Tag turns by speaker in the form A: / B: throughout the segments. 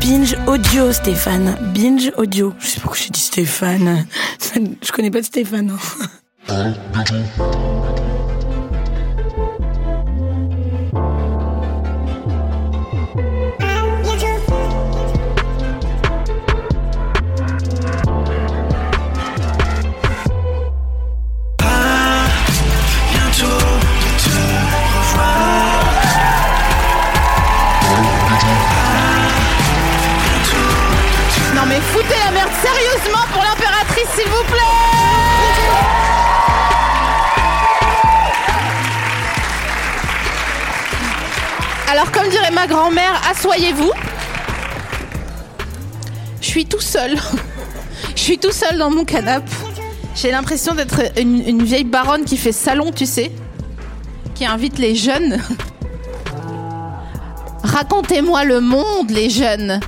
A: Binge audio, Stéphane. Binge audio. Je sais pas pourquoi j'ai dit Stéphane. Je connais pas de Stéphane. hein.
B: Non mais foutez la merde sérieusement pour l'impératrice s'il vous plaît Alors comme dirait ma grand-mère, assoyez-vous. Je suis tout seul. Je suis tout seul dans mon canapé. J'ai l'impression d'être une, une vieille baronne qui fait salon, tu sais, qui invite les jeunes. Racontez-moi le monde, les jeunes.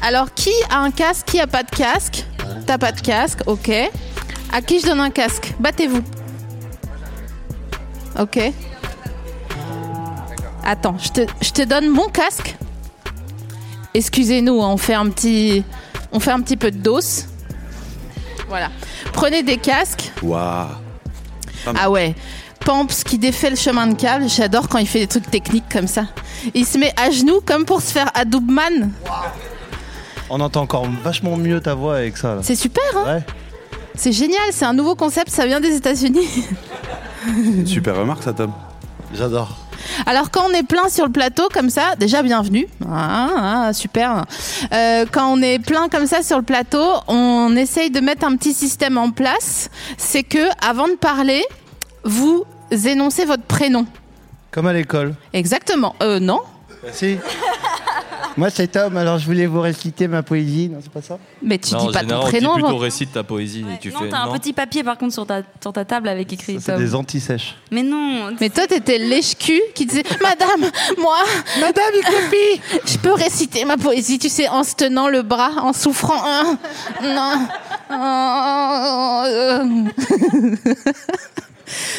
B: Alors, qui a un casque Qui a pas de casque T'as pas de casque, ok. À qui je donne un casque Battez-vous. Ok. Attends, je te, je te donne mon casque. Excusez-nous, on fait un petit, on fait un petit peu de dos. Voilà. Prenez des casques.
C: Waouh.
B: Ah ouais. Pamps qui défait le chemin de câble, j'adore quand il fait des trucs techniques comme ça. Il se met à genoux comme pour se faire adoubman.
C: On entend encore vachement mieux ta voix avec ça. là.
B: C'est super, hein
C: Ouais.
B: C'est génial, c'est un nouveau concept, ça vient des États-Unis.
D: Une super remarque, ça, Tom.
C: J'adore.
B: Alors quand on est plein sur le plateau comme ça, déjà bienvenue, Ah, ah, super. Euh, quand on est plein comme ça sur le plateau, on essaye de mettre un petit système en place. C'est que avant de parler, vous énoncez votre prénom.
C: Comme à l'école.
B: Exactement. Euh, non.
C: Si. Moi c'est Tom, alors je voulais vous réciter ma poésie. Non, c'est pas ça
B: Mais tu
E: Non,
B: dis pas
E: en général,
B: ton
E: on
B: prénom.
E: dit
B: avant.
E: plutôt récite ta poésie et tu
F: non,
E: fais.
F: t'as un petit papier par contre sur ta, sur ta table avec écrit.
C: Ça, C'est
F: Tom.
C: des anti-sèches.
F: Mais non,
B: Mais toi, t'étais lèche-cul qui disait Madame, moi,
C: Madame Ikopi
B: je peux réciter ma poésie, tu sais, en se tenant le bras, en souffrant. Hein, non. Oh, euh.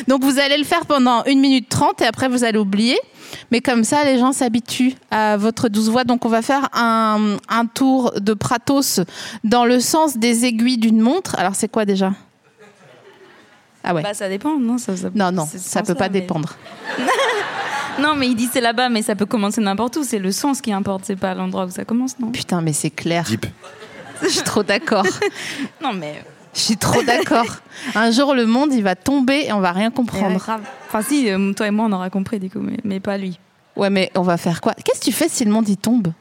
B: Donc, vous allez le faire pendant 1 minute 30 et après, vous allez oublier. Mais comme ça, les gens s'habituent à votre douce voix. Donc, on va faire un, un tour de Pratos dans le sens des aiguilles d'une montre. Alors, c'est quoi déjà Ah ouais.
F: bah, ça dépend. Non, ça, ça-
B: Non, non,
F: c'est ce
B: ça peut
F: sens-là,
B: pas
F: mais-
B: dépendre.
F: Non, mais il dit c'est là-bas, mais ça peut commencer n'importe où. C'est le sens qui importe, c'est pas l'endroit où ça commence, non
B: Putain, mais c'est clair.
D: Deep.
B: Je suis trop d'accord.
F: Non, mais.
B: Je suis trop d'accord. Un jour, le monde, il va tomber et on va rien
F: Prendre.
B: comprendre.
F: Enfin, si, euh, toi et moi, on aura compris du coup, mais, mais pas lui.
B: Ouais, mais on va faire quoi Qu'est-ce que tu fais si le monde, il tombe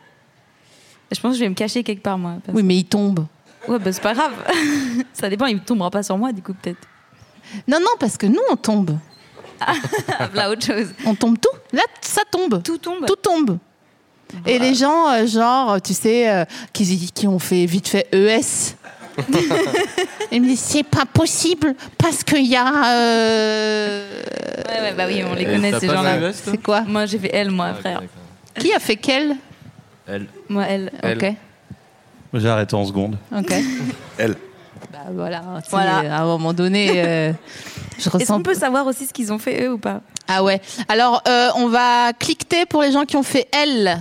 F: Je pense que je vais me cacher quelque part, moi. parce-
B: Oui, mais il tombe.
F: Ouais, bah, c'est pas grave. ça dépend, il tombera pas sur moi, du coup, peut-être.
B: Non, non, parce que nous, on tombe.
F: Ah, Là, autre chose.
B: On tombe tout. Là, ça tombe.
F: Tout tombe.
B: Tout tombe. Et les gens, euh, genre, tu sais, euh, qui, qui ont fait vite fait ES. Ils me disent, c'est pas possible parce qu'il y a. euh,
F: Ouais, ouais, bah oui, on les connaît, ces gens-là.
B: C'est quoi
F: Moi, j'ai fait elle, moi, frère.
B: Qui a fait quel
E: Elle.
F: Moi, elle.
E: Elle.
B: Ok.
C: J'ai arrêté en seconde.
B: Ok.
D: Elle.
B: Bah voilà, tu sais,
F: Voilà.
B: à un moment donné, euh, je
F: Est-ce qu'on
B: ressens.
F: peut savoir aussi ce qu'ils ont fait, eux, ou pas
B: Ah ouais. Alors, euh, on va cliqueter pour les gens qui ont fait L.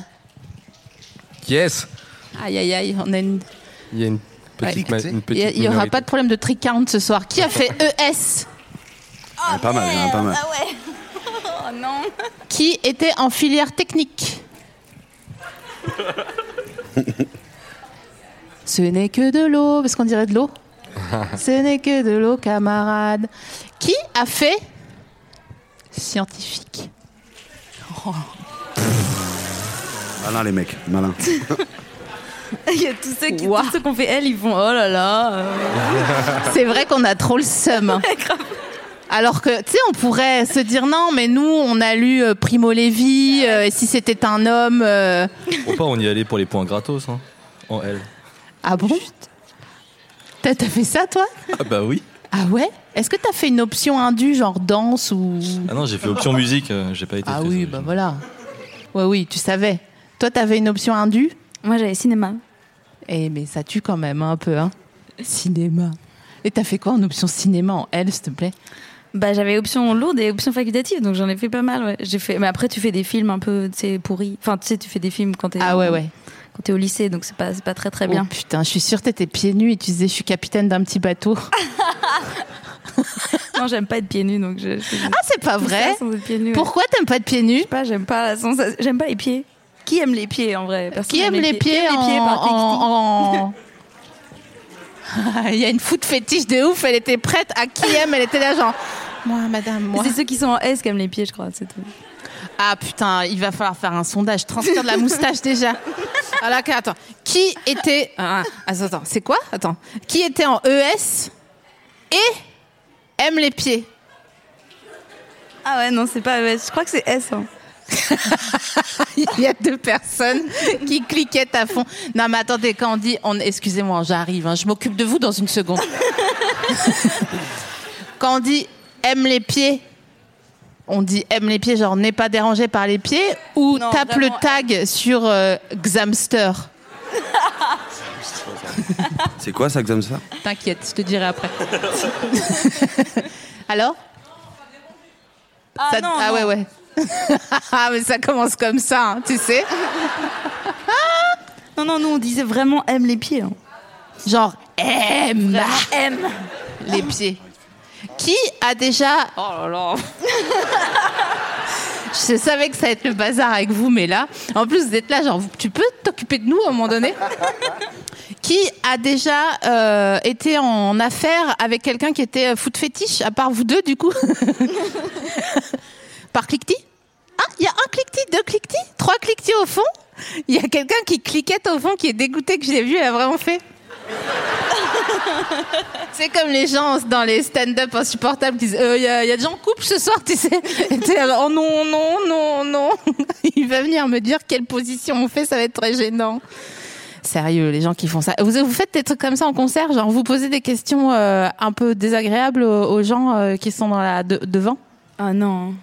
G: Yes
B: Aïe, aille aïe, on a une...
G: Il y a une petite.
B: Ouais.
G: ma- une
B: Il y a- il
G: petite
B: y aura
G: minorité.
B: pas de problème de trick count ce soir. Qui a fait E ES
D: Ah, pas mal, hein, pas mal.
F: Oh non
B: Qui était en filière technique Ce n'est que de l'eau, parce qu'on dirait de l'eau. Ce n'est que de l'eau, camarade. Qui a fait scientifique
D: Malin, les mecs, malin.
F: Il y a tous ceux qui,
B: Ouah.
F: tous ceux qui ont fait elle, ils font oh là là. euh.
B: C'est vrai qu'on a trop le seum. hein. Alors que, tu sais, on pourrait se dire non, mais nous, on a lu euh, Primo Levi, euh, et si c'était un homme. euh,
E: Ou pas, on y allait pour les points gratos, hein, en L.
B: Ah bon T'as t'as fait ça, toi
E: Ah bah oui.
B: Ah ouais Est-ce que t'as fait une option indue, genre danse ou.
E: Ah non, j'ai fait option musique, euh, j'ai pas été.
B: Ah
E: très
B: oui,
E: original.
B: bah voilà. Ouais, oui, tu savais. Toi, t'avais une option indue
F: Moi, j'avais cinéma.
B: Eh, mais ça tue quand même hein, un peu, hein. Cinéma. Et t'as fait quoi en option cinéma en L, s'il te plaît
F: Bah, j'avais option lourde et option facultative, donc j'en ai fait pas mal. Ouais. J'ai fait. Mais après, tu fais des films un peu, tu sais, pourris. Enfin, tu sais, tu fais des films quand t'es
B: Ah ouais, ouais.
F: quand t'es au lycée, donc c'est pas c'est pas très très
B: Oh,
F: bien.
B: putain, je suis sûre que t'étais pieds nus et tu disais je suis capitaine d'un petit bateau.
F: Non, j'aime pas être pieds nus, donc je.
B: Oh. Ah, c'est pas vrai
F: pieds nus, ouais.
B: Pourquoi t'aimes pas de pieds nus
F: Je sais pas, j'aime pas la sensation. J'aime pas les pieds. Qui aime les pieds en vrai Personne
B: Qui aime les pieds,
F: Qui aime
B: en...
F: les pieds par textile
B: en- en- Ah, Il y a une foot fétiche de ouf, elle était prête à qui aime, elle était là genre moi madame, moi.
F: C'est ceux qui sont en S qui aiment les pieds, je crois, c'est tout.
B: Ah putain, il va falloir faire un sondage, transfert de la moustache déjà. Alors attends, Ah, attends. qui était ah, attends, attends, c'est quoi Attends. Qui était en ES et aime les pieds
F: Ah ouais, non, c'est pas ES. Je crois que c'est S. hein.
B: Il y a deux personnes qui cliquaient à fond. Non, mais attendez, quand on dit, on, excusez-moi, j'arrive, hein, je m'occupe de vous dans une seconde. quand on dit aime les pieds, on dit aime les pieds, genre n'est pas dérangé par les pieds, ou
F: Non,
B: tape le
F: vraiment,
B: tag sur euh, Xamster.
D: C'est quoi ça, Xamster
B: T'inquiète, je te dirai après. Alors
F: Ah,
B: Ça-
F: non,
B: ah
F: non.
B: ouais, ouais. ah, mais ça commence comme ça, hein, tu sais.
F: Non, non, nous on disait vraiment aime les pieds. hein.
B: Genre aime
F: Aime.
B: les pieds. Qui a déjà. Oh là là Je savais que ça allait être le bazar avec vous, mais là, en plus, vous êtes là, genre, vous- tu peux t'occuper de nous à un moment donné Qui a déjà euh, été en affaire avec quelqu'un qui était euh, foot fétiche, à part vous deux, du coup Par cliquetis Ah, il y a un cliquetis, deux cliquetis, trois cliquetis au fond Il y a quelqu'un qui cliquette au fond, qui est dégoûté que je l'ai vu, elle a vraiment fait. C'est comme les gens dans les stand-up insupportables qui disent il y, a- y a des gens en couple ce soir, tu sais. Et t'es là, oh non, non, non, non. Il va venir me dire quelle position on fait, ça va être très gênant. Sérieux, les gens qui font ça. Vous, vous faites des trucs comme ça en concert, genre vous posez des questions euh, un peu désagréables aux, aux gens euh, qui sont dans la de- devant.
F: Ah non.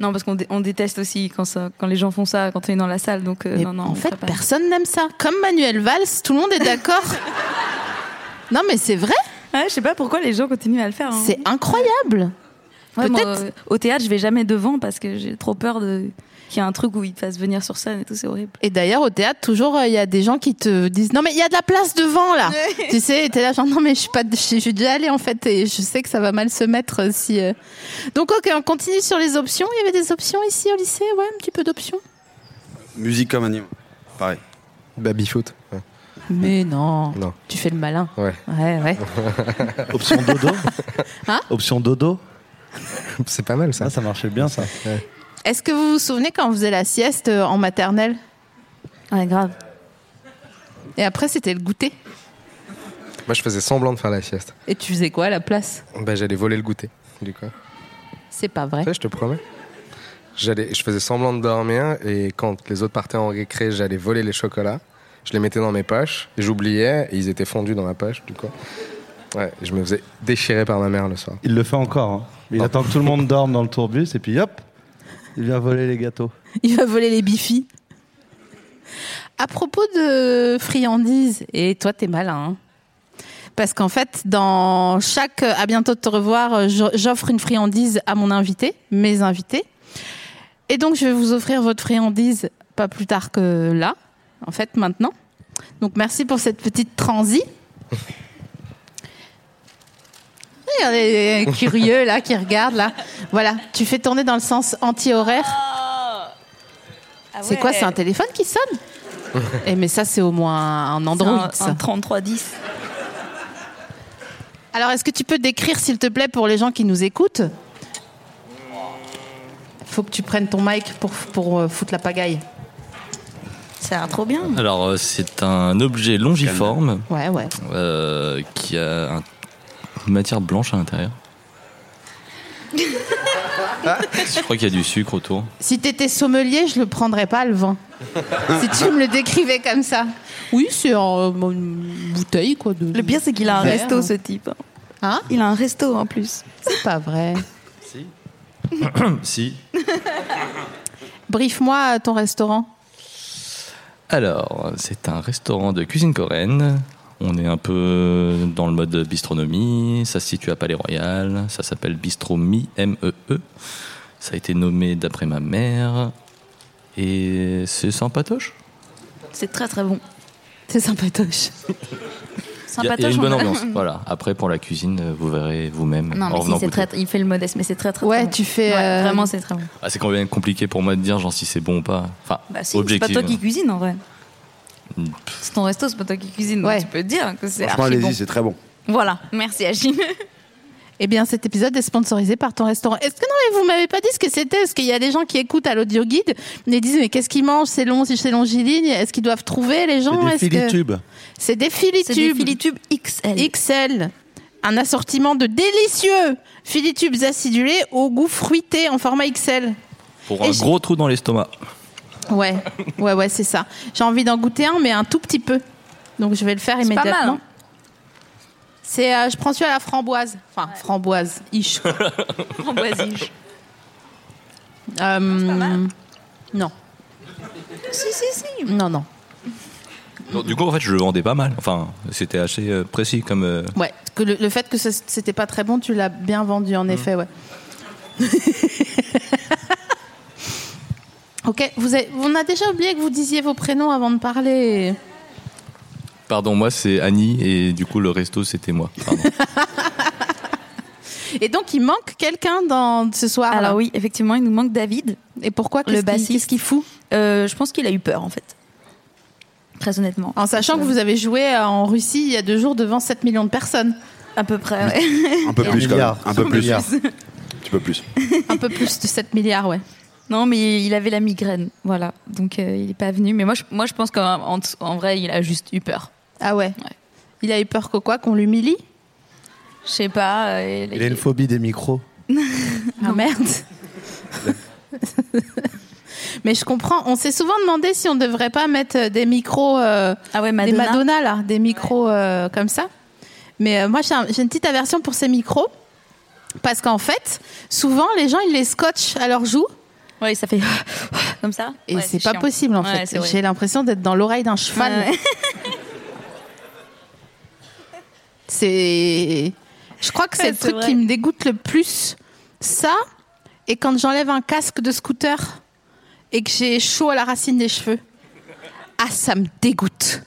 F: Non, parce qu'on dé- on déteste aussi quand, ça, quand les gens font ça, quand on est dans la salle. Donc, euh,
B: Mais
F: non, non,
B: en
F: on
B: fait,
F: ferait pas.
B: personne n'aime ça. Comme Manuel Valls, tout le monde est d'accord. non, mais c'est vrai,
F: Ouais, je sais pas pourquoi les gens continuent à le faire. hein.
B: c'est incroyable.
F: Ouais, moi,
B: Peut-être.
F: euh, au théâtre, je vais jamais devant parce que j'ai trop peur de qu'il y ait un truc où ils te fassent venir sur scène et tout, c'est horrible.
B: Et d'ailleurs, au théâtre, toujours, euh, il y a des gens qui te disent Non, mais il y a de la place devant, là Tu sais, et t'es là, genre, non, mais je suis pas, je suis déjà allée, en fait, et je sais que ça va mal se mettre euh, si. euh. Donc, ok, on continue sur les options. Il y avait des options ici au lycée Ouais, un petit peu d'options.
D: Musique comme anime. Pareil.
G: Babyfoot. Ouais.
B: Mais non,
G: Non.
B: tu fais le malin.
G: Ouais.
B: Ouais, ouais.
H: Option dodo
B: Hein
H: Option dodo
G: C'est pas mal ça.
C: Ah,
H: Ça, ça marchait bien, ça.
B: Est-ce que vous vous souvenez quand on faisait la sieste euh, en maternelle
F: Ouais, grave.
B: Et après, c'était le goûter.
G: Moi je faisais semblant de faire la sieste.
B: Et tu faisais quoi à la place
G: Bah j'allais voler le goûter. Du coup.
B: C'est pas vrai.
G: Ça, je te promets. J'allais, je faisais semblant de dormir et quand les autres partaient en récré, j'allais voler les chocolats. Je les mettais dans mes poches et j'oubliais et ils étaient fondus dans ma poche du coup. Ouais, je me faisais déchirer par ma mère le soir.
H: Il le fait encore. hein. Il attend que tout le monde dorme dans le tourbus et puis hop, il vient voler les gâteaux.
B: Il va voler les bifis. À propos de friandises, et toi, t'es malin. hein. Parce qu'en fait, dans chaque euh, À bientôt de te revoir, euh, je- j'offre une friandise à mon invité, mes invités. Et donc, je vais vous offrir votre friandise pas plus tard que là, en fait, maintenant. Donc, merci pour cette petite transi. Regardez, les curieux là, qui regarde là. Voilà, tu fais tourner dans le sens anti-horaire. C'est quoi C'est un téléphone qui sonne Eh mais ça c'est au moins un Android.
F: un,
B: ça.
F: un 3310.
B: Alors est-ce que tu peux décrire s'il te plaît pour les gens qui nous écoutent Faut que tu prennes ton mic pour pour euh, foutre la pagaille.
F: Ça a l'air trop bien.
E: Alors, euh, c'est un objet longiforme
B: Ouais ouais.
E: euh, qui a un- une matière blanche à l'intérieur. Ah, Je crois qu'il y a du sucre autour.
B: Si t'étais sommelier, je le prendrais pas le vin. si tu me le décrivais comme ça. Oui, c'est en- euh, une bouteille quoi. De...
F: Le pire, c'est qu'il a un
B: Vert.
F: resto, ce type.
B: Hein
F: Il a un resto en plus.
B: c'est pas vrai.
E: Si.
B: Brief-moi ton restaurant.
E: Alors, Euh, c'est un restaurant de cuisine coréenne. On est un peu dans le mode bistronomie. Ça se situe à Palais Royal. Ça s'appelle Bistro Mi, M-E-E. Ça a été nommé d'après ma mère. Et c'est sympatoche.
F: C'est très très bon.
B: C'est sympatoche.
E: Il y a- il y, a
F: Sympatoche,
E: une bonne
F: on a-
E: ambiance. Voilà. Après, pour la cuisine, vous verrez vous-même.
F: Non,
E: en
F: mais si,
E: revenant
F: c'est
E: goûter.
F: très, il fait le modeste, mais c'est très très très
B: Ouais,
F: bon.
B: tu fais.
F: Ouais,
B: euh,
F: Vraiment, c'est très bon.
E: Ah, c'est quand même compliqué pour moi de dire genre si c'est bon ou pas. Enfin,
F: Bah, si, c'est pas
E: objectif.
F: toi qui cuisine en vrai.
E: Mm.
F: C'est ton resto, c'est pas toi qui cuisine. donc
B: Ouais.
F: Tu peux dire que
B: Ah,
F: c'est
D: Franchement,
F: archi
D: Ah, allez-y,
F: bon.
D: c'est très bon.
F: Voilà, merci Agine.
B: Eh bien, cet épisode est sponsorisé par ton restaurant. Est-ce que non, mais vous m'avez pas dit ce que c'était Est-ce qu'il y a des gens qui écoutent à l'audio guide et disent mais qu'est-ce qu'ils mangent C'est long, si c'est longiligne. Est-ce qu'ils doivent trouver les gens Est-ce que- C'est des
F: C'est des
B: filitubes.
F: filitubes XL.
B: XL. Un assortiment de délicieux filitubes acidulés au goût fruité en format XL.
E: Pour
B: Et
E: un
B: je-
E: gros trou dans l'estomac.
B: Ouais, ouais, ouais, c'est ça. J'ai envie d'en goûter un, mais un tout petit peu. Donc je vais le faire
F: C'est pas mal,
B: immédiatement.
F: hein.
B: C'est, euh, je prends celui à la framboise. Enfin, framboise, ish.
F: Framboisige.
B: Ah, Euh,
F: mal.
B: non,
F: si, si, si.
B: non, non.
E: Donc, du coup, en fait, je le vendais pas mal. Enfin, c'était assez euh, précis comme. euh,
B: Ouais, que le, le fait que ce- c'était pas très bon, tu l'as bien vendu
E: Mm.
B: en effet, ouais. ok, vous avez- on a déjà oublié que vous disiez vos prénoms avant de parler.
E: Pardon, moi c'est Annie et du coup le resto c'était moi. Pardon.
B: Et donc il manque quelqu'un dans ce soir.
F: Alors oui, effectivement, il nous manque David.
B: Et pourquoi
F: Le
B: Qu'est-ce qu'il-
F: bassiste.
B: Qu'est-ce qu'il fout
F: Euh, je pense qu'il a eu peur en fait. Très honnêtement.
B: En sachant que vous avez joué euh, en Russie il y a deux jours devant 7 millions de personnes.
F: À peu près, ouais.
D: Un peu plus, quand même.
H: milliard.
D: Un peu plus.
H: Milliard.
D: Un petit peu plus.
B: Un peu plus de 7 milliards, ouais.
F: Non, mais il avait la migraine, voilà. Donc euh, il n'est pas venu. Mais moi, je, moi, je pense qu'en en- en vrai, il a juste eu peur.
B: Ah ouais. Il a eu peur que quoi Qu'on l'humilie
F: Je sais pas. euh, il-
H: Il a une phobie des micros.
B: Ah merde Mais je comprends, on s'est souvent demandé si on ne devrait pas mettre des micros, euh,
F: Ah ouais,
B: des
F: Madonna.
B: Madonna là, des micros euh, comme ça. Mais euh, moi j'ai un- j'ai une petite aversion pour ces micros, parce qu'en fait, souvent les gens ils les scotchent à leurs joues,
F: Ouais, ça fait comme ça.
B: et
F: Ouais,
B: c'est pas
F: chiant.
B: possible en
F: Ouais,
B: fait.
F: c'est vrai.
B: j'ai l'impression d'être dans l'oreille d'un
F: Ouais,
B: cheval.
F: ouais.
B: C'est. Je crois que c'est
F: Ouais,
B: le
F: c'est
B: truc
F: vrai.
B: qui me dégoûte le plus. Ça, et quand j'enlève un casque de scooter et que j'ai chaud à la racine des cheveux. Ah, ça me dégoûte.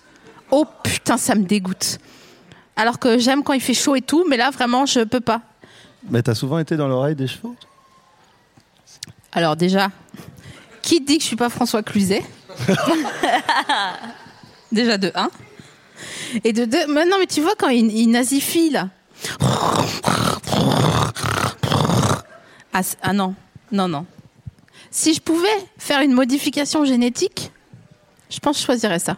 B: Oh putain, ça me dégoûte. Alors que j'aime quand il fait chaud et tout, mais là, vraiment, je peux pas.
H: Mais t'as souvent été dans l'oreille des chevaux
B: Alors, déjà, qui dit que je suis pas François Cluzet Déjà de 1. Et de 2, mais non, mais tu vois, quand il, il nazifie, là. Ah, c'est- ah non, non, non. Si je pouvais faire une modification génétique, je pense que je choisirais ça.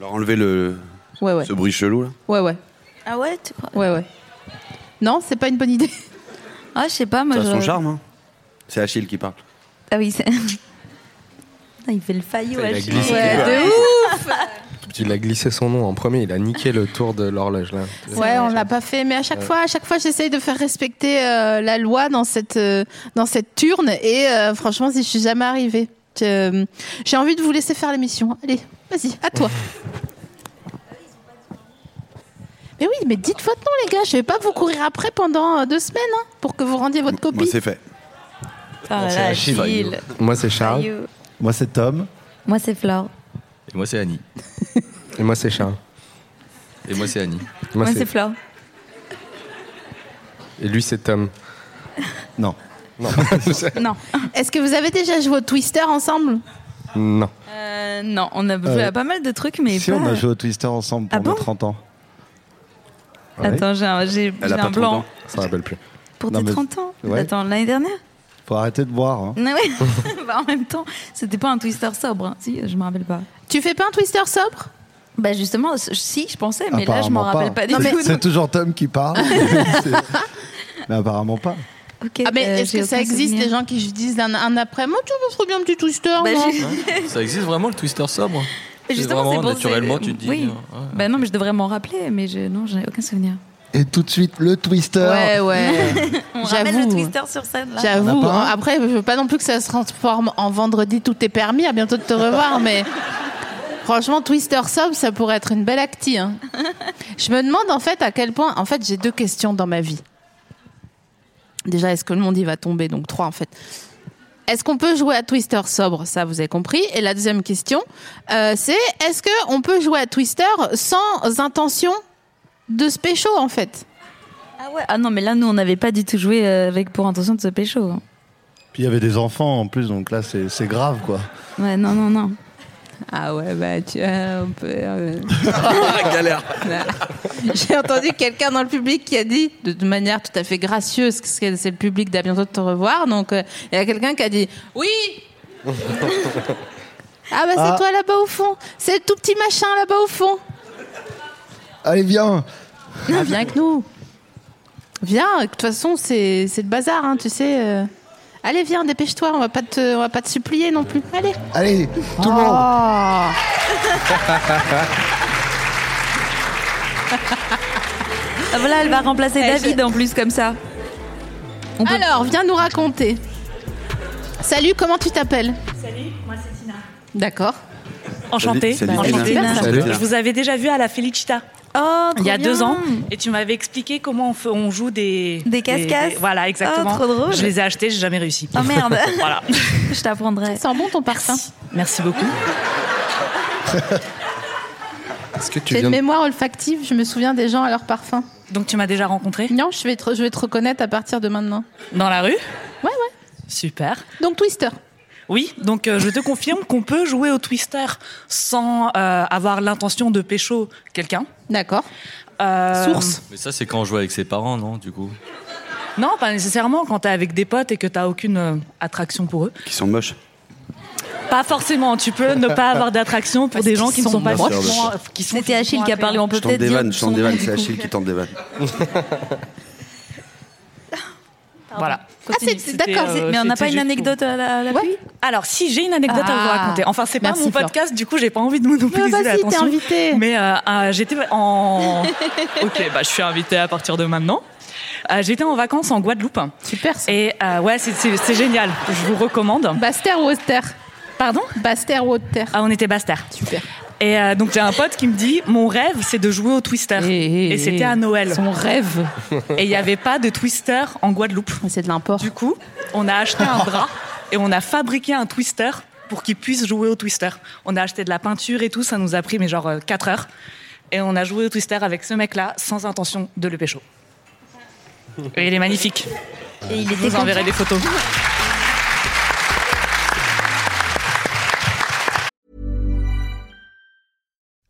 D: Leur enlever le,
B: Ouais, ouais.
D: ce bruit chelou, là.
B: Ouais, ouais.
F: Ah ouais, tu crois
B: Ouais, ouais. Non, c'est pas une bonne idée.
F: Ah, je sais pas, moi.
D: Ça a son
F: je-
D: charme, hein. C'est Achille qui parle.
F: Ah oui, c'est. Putain, il fait le faillot,
G: Il a
F: Achille.
G: glissé.
F: Ouais.
G: Il a glissé son nom en premier, il a niqué le tour de l'horloge là.
B: Ouais, on l'a pas fait, mais à chaque fois, à chaque fois, j'essaye de faire respecter euh, la loi dans cette euh, dans cette turne. Et euh, franchement, si je suis jamais arrivée, je- euh, j'ai envie de vous laisser faire l'émission. Allez, vas-y, à toi. Mais oui, mais dites votre nom, les gars. Je vais pas vous courir après pendant euh, deux semaines hein, pour que vous rendiez votre
D: Moi,
B: copie.
D: c'est fait.
F: Ah là,
G: Achille.
F: Achille.
G: Moi c'est Charles
F: Faillot.
H: Moi, c'est Tom.
F: Moi, c'est Flore.
E: Et moi c'est Annie.
G: et moi c'est Charles.
E: Et moi c'est Annie.
G: Et Moi,
F: Moi,
G: c'est-
F: c'est Flore.
G: Et lui c'est Tom.
H: Non.
F: Non.
B: Est-ce que vous avez déjà joué au Twister ensemble
G: Non.
F: Euh, non, on a joué
H: Euh,
F: à pas mal de trucs, mais
H: si,
F: pas-
H: on a joué au Twister ensemble pour
F: Ah bon
H: nos 30 ans. Ouais.
F: Attends, j'ai un, j'ai-
D: Elle a
F: j'ai un
D: pas 30
F: blanc.
D: ans.
G: Ça me rappelle plus.
F: Pour
H: Non,
F: tes
H: mais-
F: 30 ans
H: Ouais.
F: Attends, l'année dernière
H: Faut arrêter de boire. hein.
F: Non, ouais. Bah, en même temps, c'était pas un twister sobre. hein. Si, je me rappelle pas.
B: Tu fais pas un Twister sobre
F: Bah justement, c- si, je pensais, mais là, je m'en
H: Apparemment
F: rappelle pas, du
H: C'est-
F: tout.
H: C'est toujours Tom qui parle. C'est- mais apparemment pas.
F: Ok.
B: Ah, mais
F: euh,
B: est-ce
F: j'ai
B: que ça
F: aucun
B: existe,
F: souvenir.
B: les gens qui disent un, un après Moi, tu me trouves bien un petit twister
F: Bah,
B: moi.
F: j'ai-
E: Ça existe vraiment le twister sobre C'est
F: Justement,
E: vraiment,
F: c'est pour-
E: naturellement,
F: c'est-
E: tu te dis.
F: oui.
E: euh, ouais.
F: Bah non, mais je devrais m'en rappeler, mais je... non, j'en ai aucun souvenir.
C: Et tout de suite, le twister.
B: Ouais, ouais.
F: On
B: J'avoue.
F: ramène le twister sur scène, là.
B: J'avoue. hein.
C: On a pas un
B: Après, je veux pas non plus que ça se transforme en vendredi, tout est permis. À bientôt de te revoir, mais. Franchement, Twister Sob, ça pourrait être une belle acti. hein. Je me demande en fait à quel point. En fait, j'ai deux questions dans ma vie. Déjà, est-ce que le monde y va tomber Donc trois en fait. Est-ce qu'on peut jouer à Twister sobre Ça, vous avez compris. Et la deuxième question, euh, c'est est-ce qu'on peut jouer à Twister sans intention de se pécho en fait
F: Ah ouais. Ah non, mais là, nous, on n'avait pas du tout joué euh, avec pour intention de se pécho. hein.
H: Puis il y avait des enfants en plus, donc là c'est c'est grave quoi.
F: Ouais, non, non, non.
B: Ah ouais, bah tu on peut.
D: galère.
B: J'ai entendu quelqu'un dans le public qui a dit, de, de manière tout à fait gracieuse, parce que c'est le public d'à bientôt de te revoir, donc euh, il y a quelqu'un qui a dit Oui Ah bah c'est
C: Ah.
B: toi là-bas au fond C'est le tout petit machin là-bas au fond
C: Allez, viens.
B: Ah, Viens avec nous Viens, de toute façon c'est c'est le bazar, hein, tu sais. euh. Allez, viens, dépêche-toi, on va pas te, on va pas te supplier non plus. Allez.
C: Allez, tout le monde.
F: Ah voilà, elle va remplacer
B: Ouais,
F: David en plus, comme ça.
B: Alors, viens nous raconter. Salut, comment tu t'appelles
I: Salut, moi c'est Tina.
B: D'accord.
I: Enchantée.
D: Salut,
B: Bah,
D: Tina.
B: enchantée,
D: Salut,
B: personne.
D: Tina.
I: Je vous avais déjà vu à la Felicita
F: Oh,
I: il y a
F: trop
I: deux
F: bien.
I: ans
D: Hmm.
I: et tu m'avais expliqué comment on, fait- on joue des.
F: Des casse-casse
I: Voilà, exactement.
F: Oh, trop drôle.
I: Je les ai achetés, j'ai jamais réussi.
F: Oh merde.
I: Voilà.
F: Je t'apprendrai.
B: Sent bon ton parfum.
I: Merci beaucoup.
G: Est-ce que tu
B: J'ai
G: viens
B: une
G: de...
B: mémoire olfactive, je me souviens des gens à leur parfum.
I: Donc tu m'as déjà rencontré
B: Non, je vais te, je vais te reconnaître à partir de maintenant.
I: dans la rue
B: Ouais, ouais.
I: Super.
B: Donc Twister.
I: Oui, donc euh, je te confirme qu'on peut jouer au Twister sans euh, avoir l'intention de pécho quelqu'un.
B: D'accord.
I: Euh,
B: Source.
E: Mais ça, c'est quand on joue avec ses parents, non Du coup.
I: Non, pas nécessairement quand t'es avec des potes et que t'as aucune euh, attraction pour eux.
D: Qui sont moches.
I: Pas forcément, tu peux ne pas avoir d'attraction pour
B: Parce
I: des gens qui
B: qu'ils
I: ne sont
B: sont
I: pas
D: moches.
I: physiquement- qui sont
F: C'était Achille
I: physiquement
F: qui a parlé, on peut
D: Je tente
F: peut-être
D: des
F: dire.
D: vannes, je tente
F: son
D: des vannes.
F: nom, du
D: C'est
F: coup.
D: Achille qui tente des vannes.
I: Voilà.
F: Continue.
B: Ah, c'est- d'accord,
I: C'était, euh,
F: mais on
I: c'était
F: n'a pas une
I: juste
F: anecdote à la, à la pluie
I: Alors, si j'ai une anecdote à vous
B: Ah.
I: raconter. Enfin, c'est pas
B: Merci,
I: mon
B: Flore.
I: podcast, du coup, j'ai pas envie de
B: Mais
I: monopoliser
B: vas-y, t'es
I: l'attention.
B: invitée.
I: Mais euh, euh, j'étais en. ok, bah je suis invitée à partir de maintenant. Euh, j'étais en vacances en Guadeloupe
B: Super. ça.
I: et euh, ouais, c'est- c'est c'est génial. Je vous recommande.
B: Baster ou Auster
I: Pardon
B: Baster ou Auster
I: Ah, on était Bastard.
B: Super.
I: Et euh, donc j'ai un pote qui me dit mon rêve c'est de jouer au Twister.
B: Eh, eh,
I: et c'était
B: eh.
I: à Noël.
B: Son rêve.
I: Et il n'y avait pas de Twister en Guadeloupe.
B: C'est de l'import.
I: Du coup, on a acheté un bras et on a fabriqué un twister pour qu'il puisse jouer au twister. On a acheté de la peinture et tout, ça nous a pris mais genre 4 heures. Et on a joué au twister avec ce mec-là sans intention de le pécho. Et il est magnifique.
F: Et il
I: Je
F: était
I: vous enverrai
F: content.
I: des photos.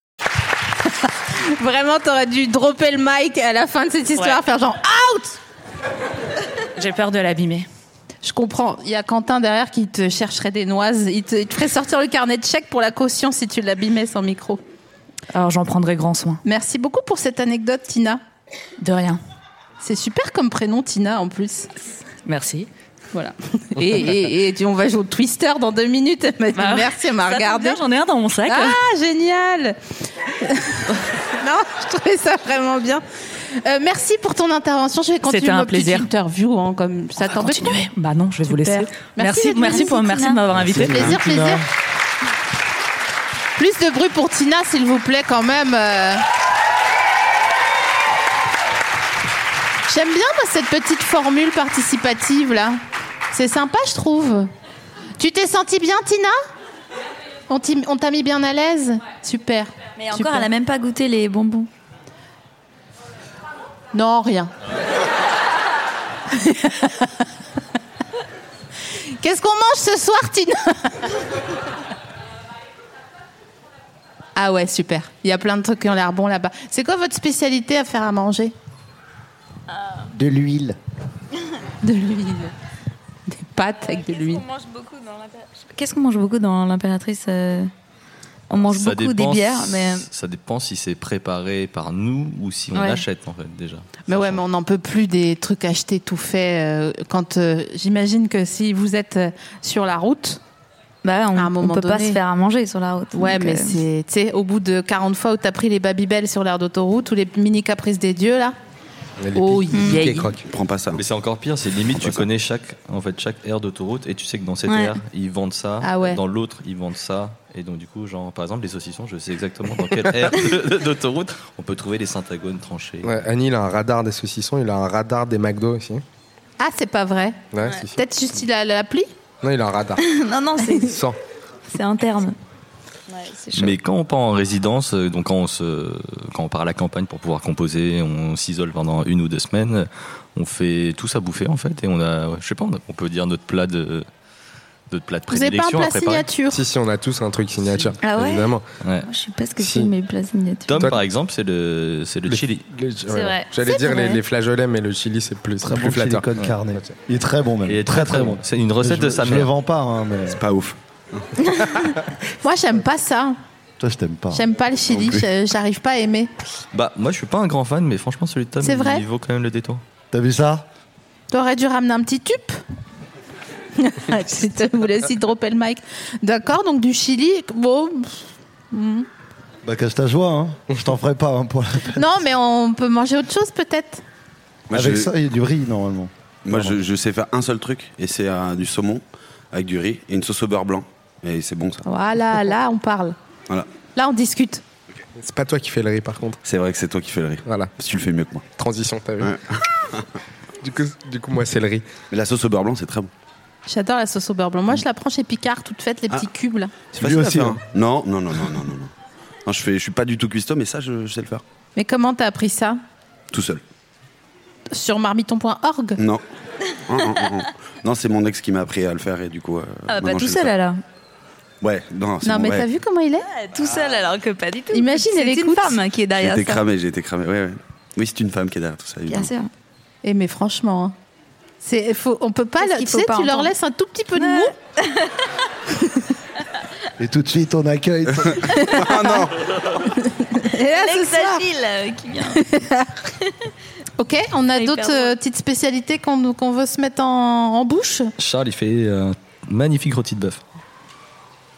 B: Vraiment, t'aurais dû dropper le mic à la fin de cette histoire,
I: Ouais.
B: faire genre out
I: J'ai peur de l'abîmer.
B: Je comprends. Il y a Quentin derrière qui te chercherait des noises. Il te, il te ferait sortir le carnet de chèques pour la caution si tu l'abîmais sans micro.
I: Alors j'en prendrai grand soin.
B: Merci beaucoup pour cette anecdote, Tina.
I: De rien.
B: C'est super comme prénom, Tina, en plus.
I: Merci.
B: Voilà. Et, et, et tu- on va jouer au Twister dans deux minutes. Elle m'a dit
I: Bah,
B: merci, elle m'a
I: ça tombe
B: regardé.
I: bien, J'en ai un dans mon sac.
B: Ah, génial Non, je trouvais ça vraiment bien. Euh, merci pour ton intervention. Je vais continuer
I: C'était un
B: ma petite
I: plaisir.
B: interview, hein, comme ça
I: On va
B: t'embête pas
I: continuer. Bah non, je vais vous laisser.
B: Super. Merci
I: Merci,
B: d'être
I: merci,
B: venue,
I: pour, merci de
F: Tina.
I: m'avoir invité.
C: Tina.
B: Plaisir, plaisir. Plus de bruit pour Tina, s'il vous plaît, quand même. euh. J'aime bien moi, cette petite formule participative là. C'est sympa, je trouve. Tu t'es sentie bien, Tina On t'y- on t'a mis bien à l'aise Super.
F: Mais encore,
B: Super.
F: elle a même pas goûté les bonbons.
B: Non, rien. Qu'est-ce qu'on mange ce soir, Tina Ah ouais, super. Il y a plein de trucs qui ont l'air bons là-bas. C'est quoi votre spécialité à faire à manger
C: De l'huile.
B: De l'huile. Des pâtes avec de l'huile.
F: mange beaucoup dans Qu'est-ce qu'on mange beaucoup dans l'impératrice euh, On mange
E: Ça
F: beaucoup
E: dépend
F: des bières,
E: si-
F: mais.
E: Ça dépend si c'est préparé par nous ou si on
B: Ouais.
E: l'achète, en fait, déjà.
B: Mais ouais, mais on n'en peut plus des trucs achetés tout faits. euh, quand euh, j'imagine que si vous êtes euh, sur la route,
F: Bah on,
B: à un
F: On
B: moment
F: peut pas
B: donné-
F: se faire à manger sur la route.
B: Ouais,
F: donc,
B: mais
F: euh,
B: c'est tu sais au bout de 40 fois où t'as pris les babybel sur l'air d'autoroute ou les mini caprices des dieux là. Oh yeah.
E: Prends pas ça. Mais c'est encore pire, c'est limite tu connais chaque en fait chaque aire d'autoroute et tu sais que dans cette
B: Ouais.
E: aire ils vendent ça,
B: Ah ouais.
E: dans l'autre ils vendent ça et donc du coup genre par exemple les saucissons, je sais exactement dans quelle aire de- d'autoroute on peut trouver les syntagone tranchés.
G: Ouais, Annie, il a un radar des saucissons, il a un radar des McDo aussi. Ouais,
B: Ah, c'est pas vrai.
G: si, si.
B: Peut-être juste il a l'appli.
G: Non, il a un radar.
F: non, non, c'est
G: Sans.
F: c'est interne.
E: Mais quand on part en résidence, euh, donc quand on, se, quand on part à la campagne pour pouvoir composer, on s'isole pendant une ou deux semaines, on fait tout ça bouffer en fait, et on a, ouais, je sais pas, on, a- on peut dire notre plat de, notre plat de
B: Vous avez pas un
E: prédilection à
B: plat
E: préparer.
B: signature
G: Si, si, on a tous un truc signature.
F: Ah ouais
G: Évidemment.
E: Ouais.
F: Je sais pas ce que c'est, mais plats signature.
E: Tom par exemple, c'est le, c'est le chili.
G: C'est
F: vrai.
G: J'allais
F: C'est
G: dire
F: vrai.
G: les, les flageolets, mais le chili, c'est plus,
H: Très
G: plus
H: bon chili
G: flatteur.
H: con carne. Il est très bon, même.
E: Il est très, très bon. C'est une recette
H: Je-
E: de sa
H: Je les
E: mère.
H: vends pas, hein, mais. C'est
E: pas ouf.
B: Moi, j'aime pas ça.
H: Toi, je t'aime pas.
B: J'aime pas le chili.
E: Ah, Non plus.
B: je- J'arrive pas à aimer.
E: Bah, moi, je suis pas un grand fan, mais franchement, celui de Tom,
B: C'est vrai
E: il vaut quand même le détour.
H: T'as vu ça
B: T'aurais dû ramener un petit tube. Je vous laisse y dropper le mic. D'accord, donc du chili. Bon. hmm.
H: Bah, cache ta joie, hein. Je t'en ferai pas, hein, pour la
B: Non, mais on peut manger autre chose peut-être.
D: Moi,
H: Avec
D: je-
H: ça, il y a du riz, normalement.
D: Moi, je, je sais faire un seul truc, et c'est euh, du saumon avec du riz et une sauce au beurre blanc. Et c'est bon, ça.
B: Voilà, là on parle.
D: Voilà.
B: Là on discute.
G: C'est pas toi qui fais le riz, par contre.
D: C'est vrai que c'est toi qui fais le riz.
G: Voilà.
D: Parce que tu le fais mieux que moi.
G: Transition, t'as vu
D: Ouais.
G: du, coup, du coup, moi, c'est le riz.
D: Mais la sauce au beurre blanc, c'est très bon.
B: J'adore la sauce au beurre blanc. Moi, je la prends chez Picard, toute faite, les
D: Ah.
B: petits cubes là.
D: C'est facile à faire. hein. Non, non, non, non, non, non. non. Non, je, fais, je suis pas du tout cuistot, mais ça, je, je sais le faire.
B: Mais comment t'as appris ça
D: Tout seul.
B: Sur marmiton.org
D: Non. Non, non, non, non. Non, c'est mon ex qui m'a appris à le faire, et du coup. euh,
F: Ah, bah
D: maintenant, je
F: tout
D: sais
F: seul
D: le faire.
F: alors.
D: Ouais, non, c'est
B: Non,
D: bon,
B: mais
D: ouais.
B: t'as vu comment il est
F: Tout seul alors que pas du tout.
B: Imagine, elle
F: C'est une
B: écoute.
F: femme qui est
D: J'ai
F: derrière
D: été
F: ça.
D: cramé, j'ai été cramé. Ouais, ouais. Oui, c'est une femme qui est derrière tout ça.
F: Bien
D: évidemment.
F: sûr.
B: Et mais franchement, hein, c'est faut, on peut pas.
F: Qu'est-ce
B: le-
F: qu'il
B: tu
F: faut
B: sais,
F: pas
B: tu leur
F: entendre
B: laisses un tout petit peu de mou.
H: Et tout de suite, on accueille.
B: Et
H: ton-
B: là, ce
F: Alex
B: soir-
F: Achille euh, qui vient.
B: Ok, on a
F: Ah, hyper
B: d'autres
F: drôle.
B: euh, petites spécialités qu'on qu'on veut se mettre en, en bouche.
E: Charles, il fait un magnifique rôti de bœuf.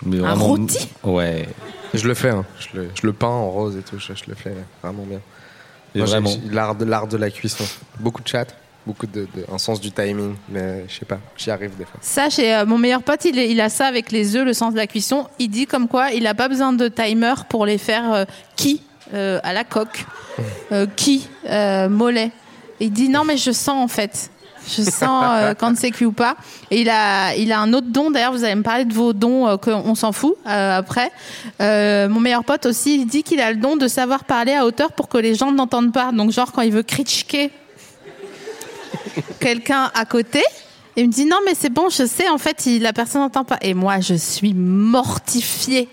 E: Mais
B: Un
E: vraiment-
B: rôti
E: Ouais.
G: Je le fais, hein. je, le, je le peins en rose et tout, je, je le fais vraiment bien.
E: Et
G: Moi, j'ai-
E: vraiment.
G: j'ai L'art de, l'art de la cuisson. Beaucoup de chat, beaucoup de, de- un sens du timing, mais je sais pas, j'y arrive des fois.
B: Ça, chez euh, mon meilleur pote, il, est- il a ça avec les œufs, le sens de la cuisson. Il dit comme quoi il n'a pas besoin de timer pour les faire euh, qui euh, à la coque, euh, qui euh, mollet. Il dit non, mais je sens en fait. Je sens euh, quand c'est cuit ou pas. Et il a, il a un autre don. D'ailleurs, vous allez me parler de vos dons euh, qu'on s'en fout euh, après. Euh, mon meilleur pote aussi, il dit qu'il a le don de savoir parler à hauteur pour que les gens n'entendent pas. Donc, genre, quand il veut critiquer quelqu'un à côté. Il me dit non mais c'est bon je sais en fait il- la personne n'entend pas et moi je suis mortifiée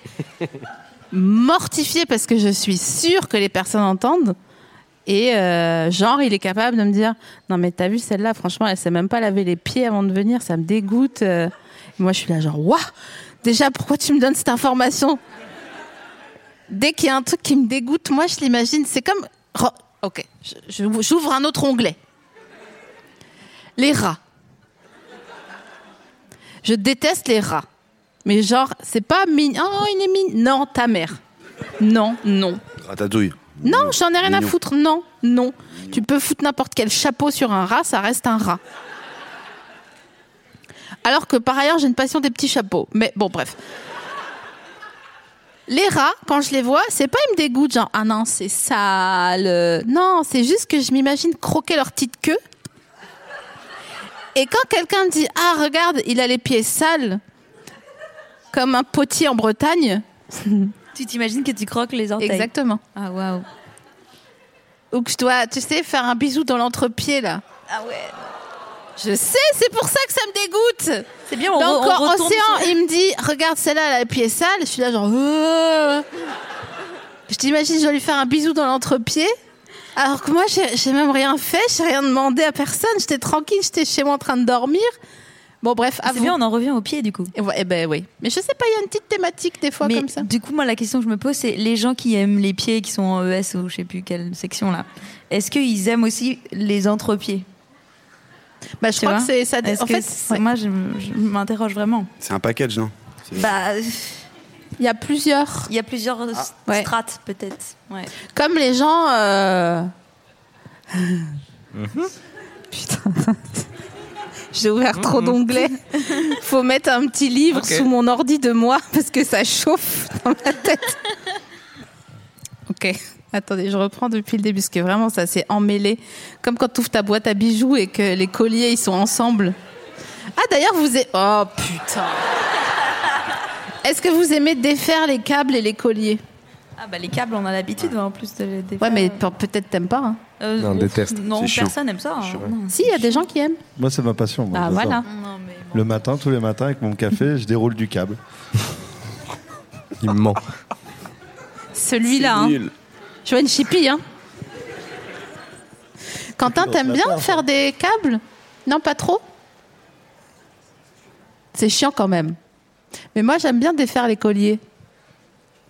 B: mortifiée parce que je suis sûre que les personnes entendent et euh, genre il est capable de me dire non mais t'as vu celle-là franchement elle s'est même pas lavé les pieds avant de venir ça me dégoûte Euh, et moi je suis là genre waouh déjà pourquoi tu me donnes cette information dès qu'il y a un truc qui me dégoûte moi je l'imagine c'est comme Ro- ok je- je- j'ouvre un autre onglet les rats. Je déteste les rats. Mais genre, c'est pas mignon. Oh, il est mignon. Non, ta mère. Non, non.
D: Ratatouille.
B: Non, j'en ai rien à
D: Mignon.
B: foutre. Non, non. Tu peux foutre n'importe quel chapeau sur un rat, ça reste un rat. Alors que par ailleurs, j'ai une passion des petits chapeaux. Mais bon, bref. Les rats, quand je les vois, c'est pas ils me dégoûtent, genre ah non, c'est sale. Non, c'est juste que je m'imagine croquer leur petite queue. Et quand quelqu'un me dit ah regarde, il a les pieds sales, comme un potier en Bretagne.
F: Tu t'imagines que tu croques les orteils.
B: Exactement.
F: Ah waouh.
B: Ou que je dois, tu sais, faire un bisou dans l'entrepied là.
F: Ah ouais.
B: Je sais, c'est pour ça que ça me dégoûte.
F: C'est bien, on
B: Donc
F: re- on
B: en
F: retombe
B: Océan,
F: sur-
B: il me dit, regarde celle-là, elle a le pied sale. Je suis là genre. euh. Je t'imagine, je vais lui faire un bisou dans l'entrepied. Alors que moi, j'ai j'ai même rien fait, j'ai rien demandé à personne. J'étais tranquille, j'étais chez moi en train de dormir. Bon, bref,
F: C'est bien, on en revient au pied du coup.
B: Et ouais, eh ben oui. Mais je sais pas, il y a une petite thématique des fois
F: Mais
B: comme ça.
F: Du coup, moi, la question que je me pose, c'est les gens qui aiment les pieds, qui sont en ES ou je sais plus quelle section là, est-ce qu'ils aiment aussi les entrepieds
B: Bah, je
F: Tu
B: crois
F: vois
B: que c'est ça.
F: Est-ce
B: En
F: que
B: fait,
F: c'est- moi, je, m- je m'interroge vraiment.
D: C'est un package, non C'est-
F: Bah,
B: il y a plusieurs.
F: Il y a plusieurs euh, s-
B: Ouais.
F: strates peut-être. Ouais.
B: Comme les gens. euh, J'ai ouvert trop d'onglets. Faut mettre un petit livre
F: Ok.
B: sous mon ordi de moi parce que ça chauffe dans ma tête. Ok. Attendez, je reprends depuis le début parce que vraiment ça s'est emmêlé. Comme quand tu ouvres ta boîte à bijoux et que les colliers ils sont ensemble. Ah d'ailleurs vous êtes. Oh putain. Est-ce que vous aimez défaire les câbles et les colliers
F: Ah bah les câbles, on a l'habitude en plus de les
B: Ouais
F: défaire.
B: mais pe- peut-être t'aimes pas. hein.
F: Euh,
H: Non, on déteste.
F: Non,
H: C'est chiant.
F: personne n'aime ça. hein. Non.
B: Si, il y a des gens qui aiment.
H: Moi, c'est ma passion. moi,
B: Ah
F: bah.
H: j'adore.
B: voilà.
H: Le matin, tous les matins, avec mon café, je déroule du câble.
G: Il ment.
B: Celui-là.
G: C'est
B: hein.
G: nul.
B: Je vois une chipie. Hein. Quentin,
H: dans
B: t'aimes
H: la
B: bien
H: part,
B: faire des câbles Non, pas trop C'est chiant quand même. Mais moi, j'aime bien défaire les colliers.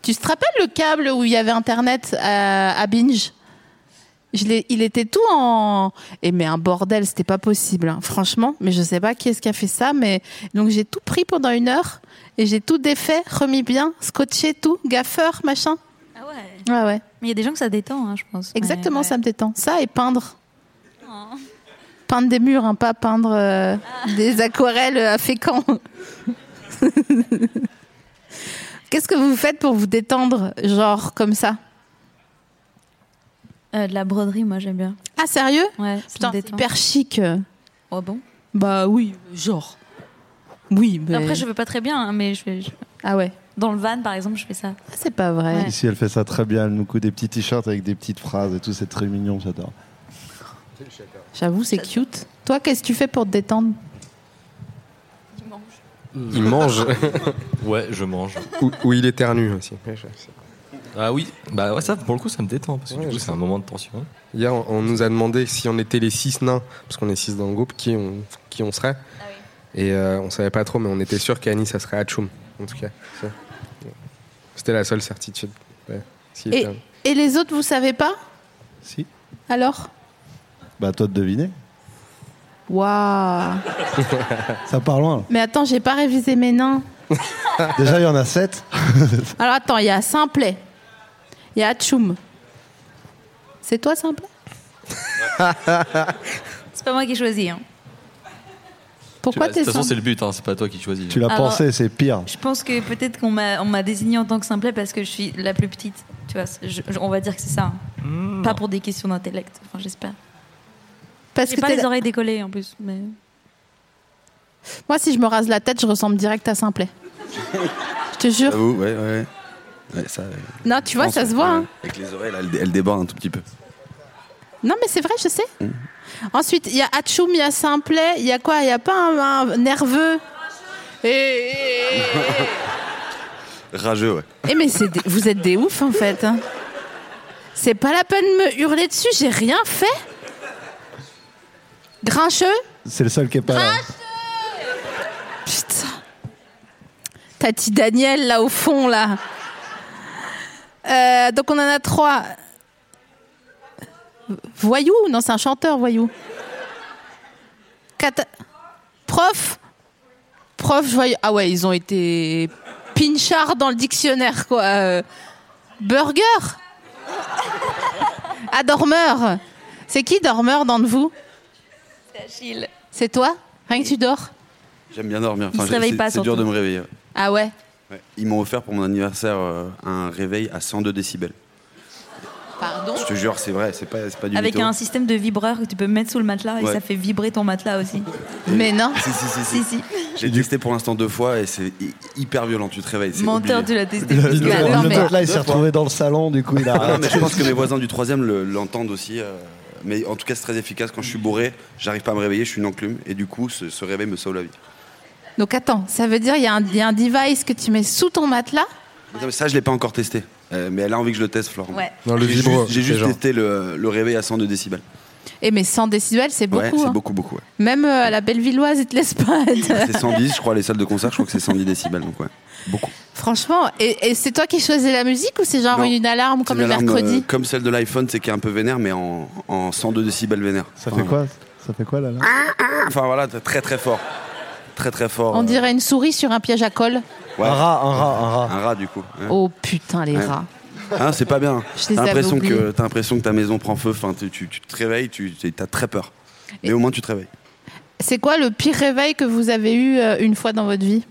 B: Tu te rappelles le câble où il y avait Internet euh, à, à Binge Je l'ai- Il était tout en. Et mais un bordel, c'était pas possible, hein, franchement. Mais je sais pas qui est-ce qui a fait ça. Mais donc j'ai tout pris pendant une heure et j'ai tout défait, remis bien, scotché tout, gaffeur, machin.
F: Ah ouais.
B: Ouais, ouais.
F: Mais il y a des gens que ça détend, hein, je pense.
B: Exactement, ça me détend. Ça et peindre. Oh. Peindre des murs, hein, pas peindre euh, des aquarelles euh, à fécamp. Qu'est-ce que vous faites pour vous détendre, genre comme ça
F: Euh, de la broderie, moi j'aime bien.
B: Ah, sérieux
F: Ouais, ça
B: Putain,
F: me
B: c'est
F: détend.
B: hyper chic.
F: Oh bon
B: Bah oui, genre. Oui, mais.
F: Après, je veux pas très bien, hein, mais je fais. je-
B: Ah ouais
F: Dans le van, par exemple, je fais ça.
B: C'est pas vrai.
H: Ici, elle fait ça très bien. Elle nous coud des petits t-shirts avec des petites phrases et tout. C'est très mignon, j'adore.
B: J'avoue, c'est cute. Toi, qu'est-ce que tu fais pour te détendre
G: Il mange.
E: ouais, je mange.
G: Ou, ou il éternue aussi.
E: Ah oui, bah ouais, ça, pour le coup, ça me détend parce que du coup, c'est un moment de tension.
G: Hier, on, on nous a demandé si on était les six nains, parce qu'on est six dans le groupe, qui on, qui on serait.
B: Ah
G: Et euh, on savait pas trop, mais on était sûr qu'Annie, ça serait Hachoum, en tout cas. Ça. C'était la seule certitude. Ouais. Si,
B: et,
G: euh,
B: et les autres, vous savez pas
H: Si.
B: Alors
H: Bah, toi de deviner.
B: Waouh
H: ça part loin.
B: Mais attends, j'ai pas révisé mes nains.
H: là. Déjà, il y en a sept.
B: Alors attends, il y a Simplet. Il y a Atchoum. C'est toi Simplet
F: C'est pas moi qui choisis. hein.
B: Pourquoi
E: Tu- De
B: t'es
E: toute façon,
B: Simplet
E: c'est le but, hein, c'est pas toi qui choisis.
H: Tu l'as
F: Alors-
H: pensé, c'est pire.
F: Je pense que peut-être qu'on m'a on m'a désignée en tant que simplet parce que je suis la plus petite. Tu vois, c'est- je- je- on va dire que c'est ça. hein.
D: Hmm.
F: Pas pour des questions d'intellect, enfin j'espère.
B: Parce
F: J'ai
B: que
F: pas
B: t'es
F: les
B: la-
F: oreilles décollées en plus. Mais...
B: Moi, si je me rase la tête, je ressemble direct à Simplet. je te jure.
D: J'avoue, ouais, ouais. Ouais, ça, ouais.
B: Non, tu vois,
D: pense,
B: ça se voit.
D: ouais.
B: hein.
D: Avec les oreilles, là, elle, elle déborde un tout petit peu.
B: Non, mais c'est vrai, je sais. Ensuite, il y a Atchoum, il y a Simplet, il y a quoi Il y a pas un, un nerveux Eh, eh, eh,
D: Rageux, ouais.
B: eh. Eh, mais c'est des- vous êtes des oufs en fait. hein. C'est pas la peine de me hurler dessus, j'ai rien fait. Grincheux
H: C'est le seul qui est pas là.
B: Putain. Tati Daniel, là, au fond, là. Euh, donc, on en a trois. Voyou Non, c'est un chanteur, voyou. Cata- Prof Prof, je voyais- Ah ouais, ils ont été pinchards dans le dictionnaire, quoi. Euh, Burger Ah, dormeur C'est qui dormeur d'entre vous
F: C'est Achille.
B: C'est toi Rien que tu dors
D: J'aime bien dormir.
F: Il se
D: j'ai-
F: réveille
D: c'est-
F: pas,
D: C'est dur de
F: surtout.
D: me réveiller. ouais.
B: Ah ouais
D: Ouais. Ils m'ont offert pour mon anniversaire euh, un réveil à 102 décibels.
B: Pardon
D: Je te jure, c'est vrai, c'est pas, c'est pas du
F: Avec
D: mytho.
F: un système de vibreur que tu peux mettre sous le matelas et
D: Ouais.
F: ça fait vibrer ton matelas aussi.
B: Mais non
D: Si, si, si. si.
F: Si, si.
D: J'ai testé pour l'instant deux fois et c'est hy- hyper violent. Tu te réveilles. c'est
F: Menteur,
D: obligé.
F: tu l'as testé.
H: Le, le-
F: Ouais,
H: le-
F: non, mais-
H: là, il s'est
D: Deux fois.
H: retrouvé dans le salon, du coup, il a
D: Ah non, mais je pense que mes voisins du troisième le- l'entendent aussi. euh, Mais en tout cas, c'est très efficace. Quand je suis bourré, j'arrive pas à me réveiller, je suis une enclume. Et du coup, ce, ce réveil me sauve la vie.
B: Donc attends, ça veut dire il y, a un- il y a un device que tu mets sous ton matelas
D: Non, mais ça, je l'ai pas encore testé. Euh, mais elle a envie que je le teste, Florent.
B: Ouais.
G: Non, le
D: J'ai
G: vibro,
D: juste, j'ai
G: c'est
D: juste
G: genre.
D: testé le, le réveil à 102 décibels.
B: Et mais 100 décibels, c'est beaucoup.
D: ouais, c'est
B: hein.
D: beaucoup, beaucoup. ouais.
B: Même euh, à la Bellevilloise, ils te laissent pas.
D: C'est 110, je crois, les salles de concert, je crois que c'est 110 décibels. Donc, ouais.
B: Franchement, et, et c'est toi qui choisis la musique ou c'est genre
D: Non.
B: une alarme comme
D: C'est
B: le
D: une alarme,
B: mercredi
D: euh, comme celle de l'iPhone, c'est qui est un peu vénère, mais en, en 102 décibels vénère.
H: Ça fait quoi Ça fait quoi là,
D: Ah,
H: là
D: Enfin voilà, t'es très très fort. Très très fort. euh,
B: On dirait une souris sur un piège à colle.
D: Un rat, un rat, un rat. Un rat, du coup. ouais.
B: Oh putain, les
D: Ouais.
B: rats.
D: Hein, c'est pas bien.
B: Je les
D: T'as
B: avais
D: l'impression que
B: oubliés.
D: t'as l'impression que ta maison prend feu. Enfin, tu, tu- tu te réveilles, tu as très peur. Mais au moins tu te réveilles.
B: C'est quoi le pire réveil que vous avez eu euh, une fois dans votre vie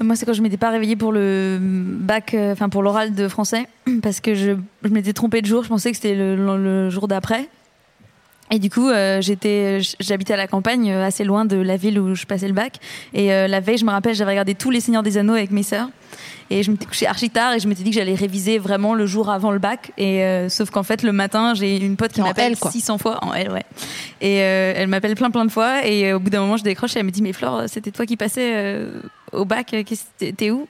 F: Moi, c'est quand je m'étais pas réveillée pour le bac, euh, enfin pour l'oral de français, parce que je, je m'étais trompée de jour. Je pensais que c'était le, le- le jour d'après. Et du coup, euh, j'étais, j'habitais à la campagne, euh, assez loin de la ville où je passais le bac. Et euh, la veille, je me rappelle, j'avais regardé tous les Seigneurs des Anneaux avec mes sœurs. Et je m'étais couchée archi tard et je m'étais dit que j'allais réviser vraiment le jour avant le bac. Et euh, sauf qu'en fait, le matin, j'ai une pote qui
B: En
F: m'appelle
B: L, quoi.
F: 600 fois en elle, ouais. Et euh, elle m'appelle plein plein de fois. Et euh, au bout d'un moment, je décroche et elle me dit Mais Flore, c'était toi qui passais euh, au bac, euh, qu'est-ce- t'es- t'es où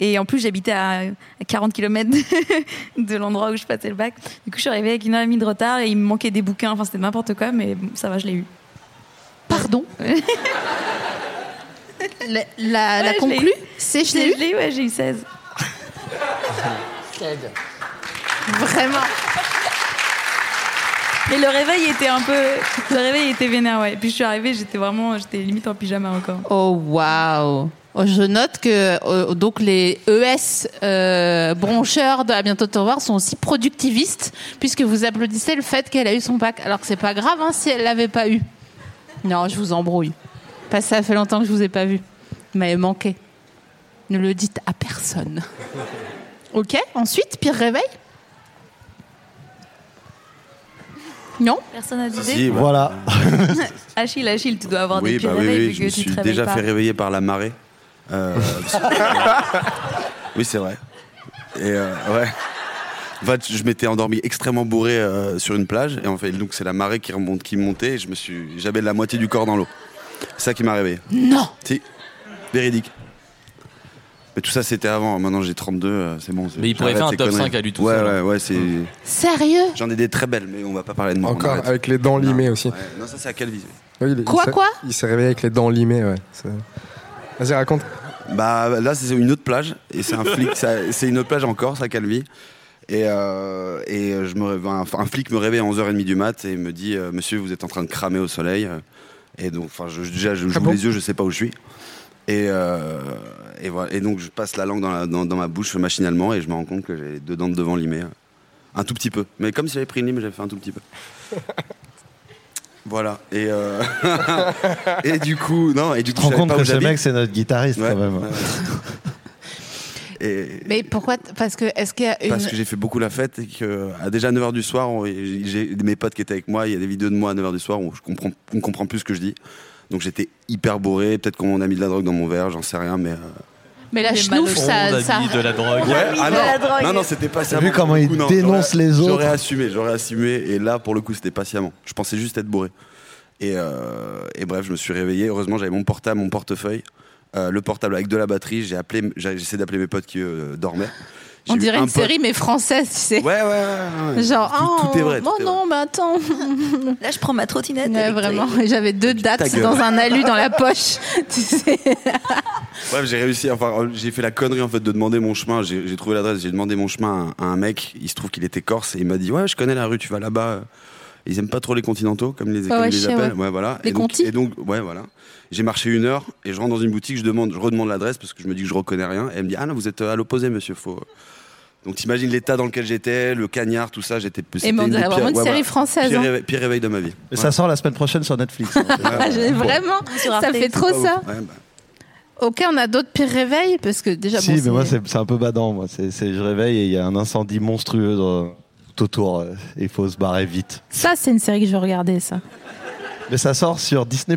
F: Et en plus, j'habitais à, à 40 km de l'endroit où je passais le bac. Du coup, je suis arrivée avec une heure et demie de retard et il me manquait des bouquins. Enfin, c'était n'importe quoi, mais bon, ça va, je l'ai eu.
B: Pardon La, la, la
F: Ouais, je l'ai
B: conclue
F: eu.
B: C'est je
F: Je
B: l'ai eu
F: l'ai eu, ouais, j'ai eu 16.
B: Vraiment.
F: Mais le réveil était un peu. Le réveil était vénère, ouais. Puis je suis arrivée, j'étais vraiment. J'étais limite en pyjama encore.
B: Oh waouh Oh, Je note que euh, donc les ES euh, broncheurs de À bientôt te revoir sont aussi productivistes puisque vous applaudissez le fait qu'elle a eu son bac alors que c'est pas grave hein, si elle l'avait pas eu. Non, je vous embrouille. Parce que ça fait longtemps que je vous ai pas vu. Vous m'avez manqué. Ne le dites à personne. Ok. Ensuite, pire réveil. Non.
F: Personne n'a d'idée.
D: Si, bah,
H: Voilà.
F: Achille, Achille, tu dois avoir
D: oui,
F: des pires
D: bah oui,
F: réveils
D: oui,
F: vu
D: je
F: que
D: me
F: tu
D: suis
F: te réveilles
D: déjà
F: pas.
D: fait réveiller par la marée. Euh, oui, c'est vrai. Et euh, ouais. En fait, je m'étais endormi extrêmement bourré euh, sur une plage et en fait, donc c'est la marée qui remonte, qui montait. Et je me suis, j'avais la moitié du corps dans l'eau. C'est ça qui m'a réveillé.
B: Non.
D: Si, véridique. Mais tout ça, c'était avant. Maintenant, j'ai 32, euh, c'est bon. c'est-
E: Mais il pourrait
D: j'arrête
E: faire un
D: ces
E: top
D: conneries.
E: 5 à lui tout
D: ouais,
E: seul, hein.
D: Ouais, ouais, c'est.
B: Sérieux
D: J'en ai des très belles, mais on va pas parler de moi. on
G: Encore
D: arrête.
G: avec les dents limées aussi.
D: Ouais, Non, ça, c'est à quelle vie
G: Oui, il- il
B: Quoi,
G: s'est-
B: quoi
G: Il s'est réveillé avec les dents limées, ouais. C'est- Vas-y, raconte.
D: Bah là, c'est une autre plage et c'est un flic. ça- c'est une autre plage encore, ça Calvi. Et, euh, et je me réveille- un, un flic me réveille à 11h30 du mat et me dit euh, Monsieur, vous êtes en train de cramer au soleil. Et donc, enfin, je, déjà,
H: Ah
D: je j'ouvre
G: bon
D: les yeux, je sais pas où je suis. Et, euh, et, voilà. et donc, je passe la langue dans, la- dans- dans ma bouche machinalement et je me rends compte que j'ai deux dents de devant limées. Un tout petit peu. Mais comme si j'avais pris une lime, j'avais fait un tout petit peu. Voilà. Et, euh, et du coup, non, et du
H: Tu te
D: coup,
H: rends
D: je savais
H: compte
D: pas
H: que
D: où
H: ce
D: j'habite.
H: mec, c'est notre guitariste
D: Ouais,
H: quand même.
D: ouais. Et-
B: Mais pourquoi t- Parce que est-ce qu'il y a une
D: parce que j'ai fait beaucoup la fête et que à déjà 9h du soir, on- j'ai j'ai mes potes qui étaient avec moi, il y a des vidéos de moi à 9h du soir où je comprends, on comprend plus ce que je dis. Donc j'étais hyper bourré, peut-être qu'on a mis de la drogue dans mon verre, j'en sais rien, mais... euh,
B: Mais la schnouf, ça, ça-
E: la drogue.
D: ah
B: de la
D: non,
B: drogue.
D: non, non, c'était pas
H: T'as
D: sciemment.
H: vu comment
D: pour le
H: il
D: coup, non,
H: dénonce
D: j'aurais-
H: les autres
D: J'aurais assumé, j'aurais assumé, et là, pour le coup, c'était pas sciemment. Je pensais juste être bourré. Et, euh, et bref, je me suis réveillé. Heureusement, j'avais mon portable, mon portefeuille, euh, le portable avec de la batterie. J'ai appelé, j'ai essayé d'appeler mes potes qui eux, dormaient. J'ai
B: On
D: eu
B: dirait
D: un
B: une
D: pote-
B: série, mais française, tu sais.
D: Ouais, ouais, ouais, ouais.
B: Genre,
D: tout,
B: oh,
D: tout est vrai. tout
B: bon,
D: est vrai.
B: non, mais attends.
F: Là, je prends ma trottinette.
B: Ouais,
F: électrique.
B: vraiment, j'avais deux dates
D: gueule.
B: dans un alu dans la poche. Tu sais.
D: Bref, j'ai réussi. Enfin, euh, j'ai fait la connerie en fait de demander mon chemin. J'ai j'ai trouvé l'adresse. J'ai demandé mon chemin à à un mec. Il se trouve qu'il était corse et il m'a dit ouais, je connais la rue. Tu vas là-bas. Ils aiment pas trop les continentaux comme les,
B: Ah
D: comme
B: ouais,
D: ils les
B: chier,
D: appellent.
B: ouais.
D: Ouais, voilà.
B: Les
D: et donc,
B: contis.
D: et donc, ouais, voilà. J'ai marché une heure et je rentre dans une boutique. Je demande, je redemande l'adresse parce que je me dis que je reconnais rien. Et elle me dit ah non, vous êtes euh, à l'opposé, monsieur. Faut. Donc t'imagines l'état dans lequel j'étais, le cagnard, tout ça. J'étais. c'était
B: mais on
D: une des
B: dirait vraiment
D: pires-
B: une série française,
D: Pire,
B: hein.
D: réveil, pire réveil de ma vie.
H: Et ça sort la semaine prochaine sur Netflix. hein.
B: Ah, J'ai Vraiment,
F: Sur Arte.
B: ça fait trop
D: Pas ouf.
B: ça.
D: Ouais, bah.
B: Ok, on a d'autres pires réveils parce que déjà.
H: si,
B: bon,
H: mais moi,
B: c'est-
H: c'est c'est un peu badant. Moi. c'est c'est- je réveille et il y a un incendie monstrueux dans- tout autour. euh, et Il faut se barrer vite.
B: Ça, c'est une série que je regardais, ça.
H: Mais ça sort sur Disney+.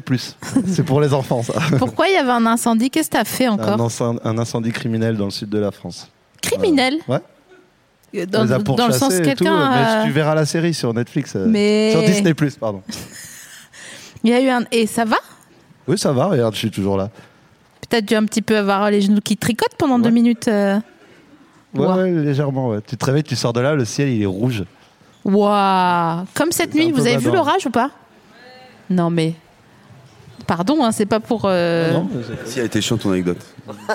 H: c'est pour les enfants, ça.
B: Pourquoi il y avait un incendie
D: Ah,
B: Qu'est-ce que t'as fait
H: Un,
B: encore
D: euh,
H: incen- un incendie criminel dans le sud de la France.
B: Criminel Euh,
H: Ouais.
B: Dans,
H: les a
B: dans le sens
H: pourchassés et
B: quelqu'un.
H: tout, mais
B: euh,
H: Tu verras la série sur Netflix. euh,
B: mais-
H: Sur Disney, pardon.
B: euh, Il y a eu un. Et ça va
H: Oui, ça va, regarde, je suis toujours là.
B: Peut-être dû un petit peu avoir les genoux qui tricotent pendant deux minutes. euh.
H: Ouais, ouais, légèrement, ouais. Tu te réveilles, tu sors de là, le ciel, il est rouge.
B: Waouh Comme cette nuit,
H: un
B: vous
H: peu
B: avez vu
H: badant.
B: l'orage ou pas Non mais. Pardon, hein, c'est pas pour. euh,
D: Si, a été chiant ton anecdote.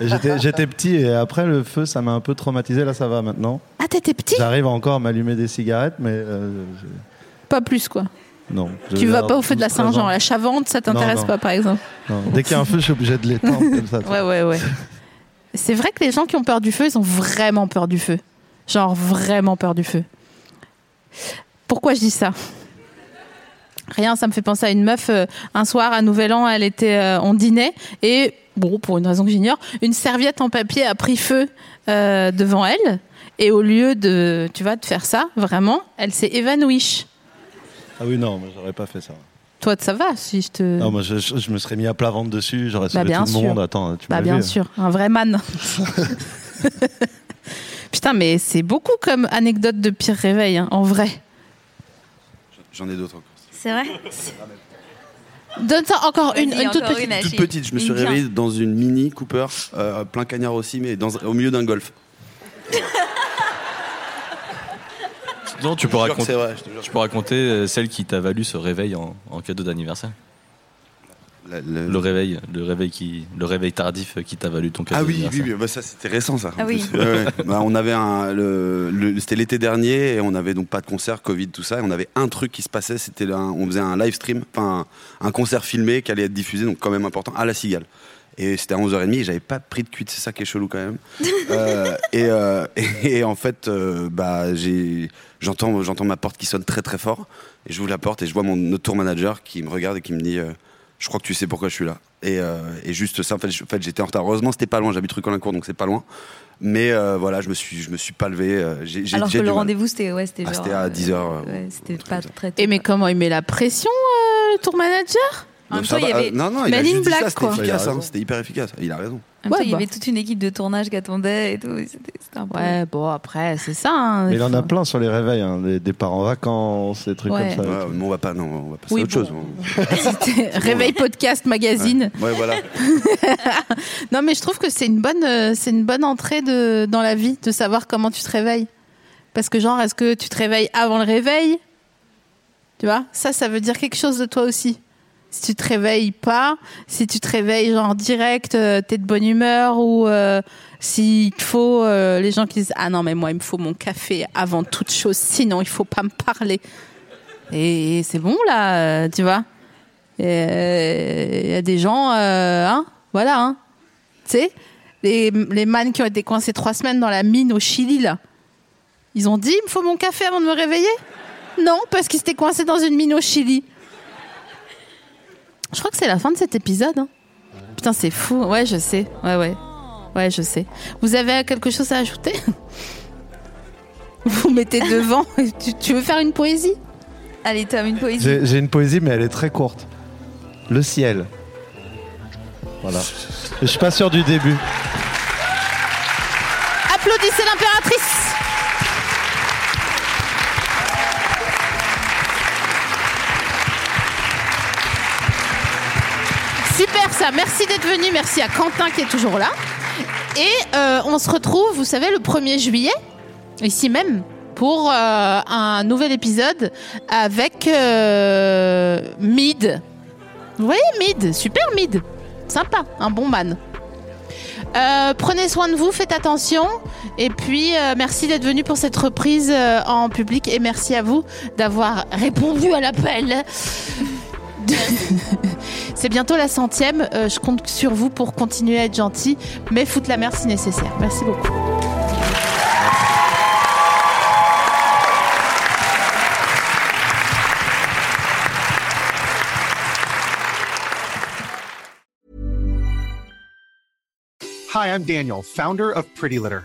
H: Et J'étais j'étais petit et après le feu, ça m'a un peu traumatisé. Là, ça va maintenant.
B: Ah, t'étais petit
H: J'arrive encore à m'allumer des cigarettes, mais euh, je-
B: Pas plus quoi.
H: non. je
B: Tu
H: vais
B: vas
H: avoir
B: pas au feu de la
H: 12-13 ans.
B: Saint-Jean, la Chavante, ça
H: Non,
B: t'intéresse
H: non.
B: pas par exemple
H: Non, Dès qu'il y a un feu, je suis obligé de l'éteindre comme ça.
B: Ouais, ouais, ouais. C'est vrai que les gens qui ont peur du feu, ils ont vraiment peur du feu. Genre vraiment peur du feu. Pourquoi je dis ça Rien, ça me fait penser à une meuf. euh, un soir, à Nouvel An, elle était, euh, on dînait et bon, pour une raison que j'ignore, une serviette en papier a pris feu euh, devant elle et au lieu de, tu vois, de faire ça, vraiment, elle s'est évanouie.
H: Ah oui, non, moi, j'aurais pas fait ça.
B: Toi, ça va si je te.
H: Non, moi, je, je- je me serais mis à plat ventre dessus, j'aurais
B: Bah,
H: sauvé
B: bien
H: tout
B: sûr.
H: le monde. Attends, tu
B: Bah
H: m'as
B: bien
H: vu. hein.
B: sûr, un vrai man. Putain, mais c'est beaucoup comme anecdote de pire réveil, hein, en vrai.
D: J'en ai d'autres encore.
F: C'est vrai
B: Donne ça encore une,
F: Vas-y,
B: une toute
F: encore
B: petite.
F: une, Achille.
D: Toute petite, je me suis
F: Une bien.
D: réveillé dans une mini Cooper, euh, plein cagnard aussi, mais dans, au milieu d'un golf.
E: Non, tu peux
D: Je te jure que
E: raconter.
D: c'est vrai, je te jure.
E: tu peux raconter euh, celle qui t'a valu ce réveil en, en cadeau d'anniversaire.
H: Euh.
D: le...
E: réveil, le réveil qui, le réveil tardif qui t'a valu ton cadeau
D: Ah oui, oui,
E: d'anniversaire.
D: oui, bah ça c'était récent ça.
F: Ah
D: en
F: oui.
D: plus. Ouais, ouais. Bah, on avait un, le, le- c'était l'été dernier et on avait donc pas de concert, Covid, tout ça. Et on avait un truc qui se passait, c'était un- on faisait un live stream, enfin un, un concert filmé qui allait être diffusé, donc quand même important, à la Cigale. Et c'était à 11h30 et j'avais pas pris de cuite, c'est ça qui est chelou quand même. Euh, et, euh, et, et en fait, euh, bah, j'ai, j'entends, j'entends ma porte qui sonne très très fort. Et j'ouvre la porte et je vois mon notre tour manager qui me regarde et qui me dit euh, Je crois que tu sais pourquoi je suis là. Et, euh, et juste ça, en fait, je- en fait, j'étais en retard. Heureusement, c'était pas loin. J'habite rue Colincourt, donc c'est pas loin. Mais euh, voilà, je me suis, je me suis pas levé. euh, J'ai, j'ai,
F: Alors
D: j'ai
F: que le
D: du mal.
F: rendez-vous, c'était ouais, c'était
D: Ah,
F: genre.
D: c'était à
F: euh,
D: 10 heures.
F: ouais, c'était pas très tôt.
B: Et mais comment il met la pression, euh, le tour manager
F: En même
D: ça
F: temps, il y
D: va, euh,
F: avait-
D: non, non, il
B: Men
D: a
B: in
D: juste dit
B: Black,
D: ça,
B: quoi.
D: c'était
B: Il a
D: efficace. hein,
B: raison.
D: c'était hyper efficace. Il a raison.
F: En même temps,
B: Ouais,
F: il y
B: bah.
F: avait toute une équipe de tournage qui attendait et tout. et c'était- c'était un peu-
B: Ouais, bon, après, c'est ça. hein,
H: Mais il en a
B: faut-
H: plein sur les réveils, hein, les départs en vacances, des trucs
B: Ouais.
H: comme ça.
D: Ouais, mais on va pas, non, on va passer
B: Oui,
D: à autre
B: bon.
D: chose. on-
B: C'était réveil podcast magazine.
D: Ouais, voilà.
B: Non, mais je trouve que c'est une bonne, euh, c'est une bonne entrée de, dans la vie de savoir comment tu te réveilles. Parce que genre, est-ce que tu te réveilles avant le réveil Tu vois Ça, ça veut dire quelque chose de toi aussi. Si tu te réveilles pas, si tu te réveilles genre direct, euh, t'es de bonne humeur ou euh, s'il te faut euh, les gens qui disent ah non mais moi il me faut mon café avant toute chose, sinon il faut pas me parler. Et c'est bon là, euh, tu vois. Et, euh, Il y a des gens, euh, hein, voilà, hein. Tu sais, les, les man qui ont été coincés trois semaines dans la mine au Chili, là. Ils ont dit, il me faut mon café avant de me réveiller Non, parce qu'ils étaient coincés dans une mine au Chili. Je crois que c'est la fin de cet épisode. hein. Putain, c'est fou. Ouais, je sais. Ouais, ouais. Ouais, je sais. Vous avez quelque chose à ajouter Vous mettez devant. tu, tu veux faire une poésie
F: Allez, Tom, une poésie.
H: J'ai j'ai une poésie, mais elle est très courte. Le ciel. Voilà. Je suis pas sûr du début.
B: Applaudissez l'impératrice Super ça, merci d'être venu, merci à Quentin qui est toujours là. Et euh, on se retrouve, vous savez, le 1er juillet, ici même, pour euh, un nouvel épisode avec euh, Mid. Vous voyez Mid, super Mid, sympa, un bon man. Euh, prenez soin de vous, faites attention. Et puis, euh, merci d'être venu pour cette reprise euh, en public. Et merci à vous d'avoir répondu à l'appel. C'est bientôt la centième. Euh, je compte sur vous pour continuer à être gentil, mais foutre la merde si nécessaire. Merci beaucoup.
J: Hi, I'm Daniel, founder of Pretty Litter.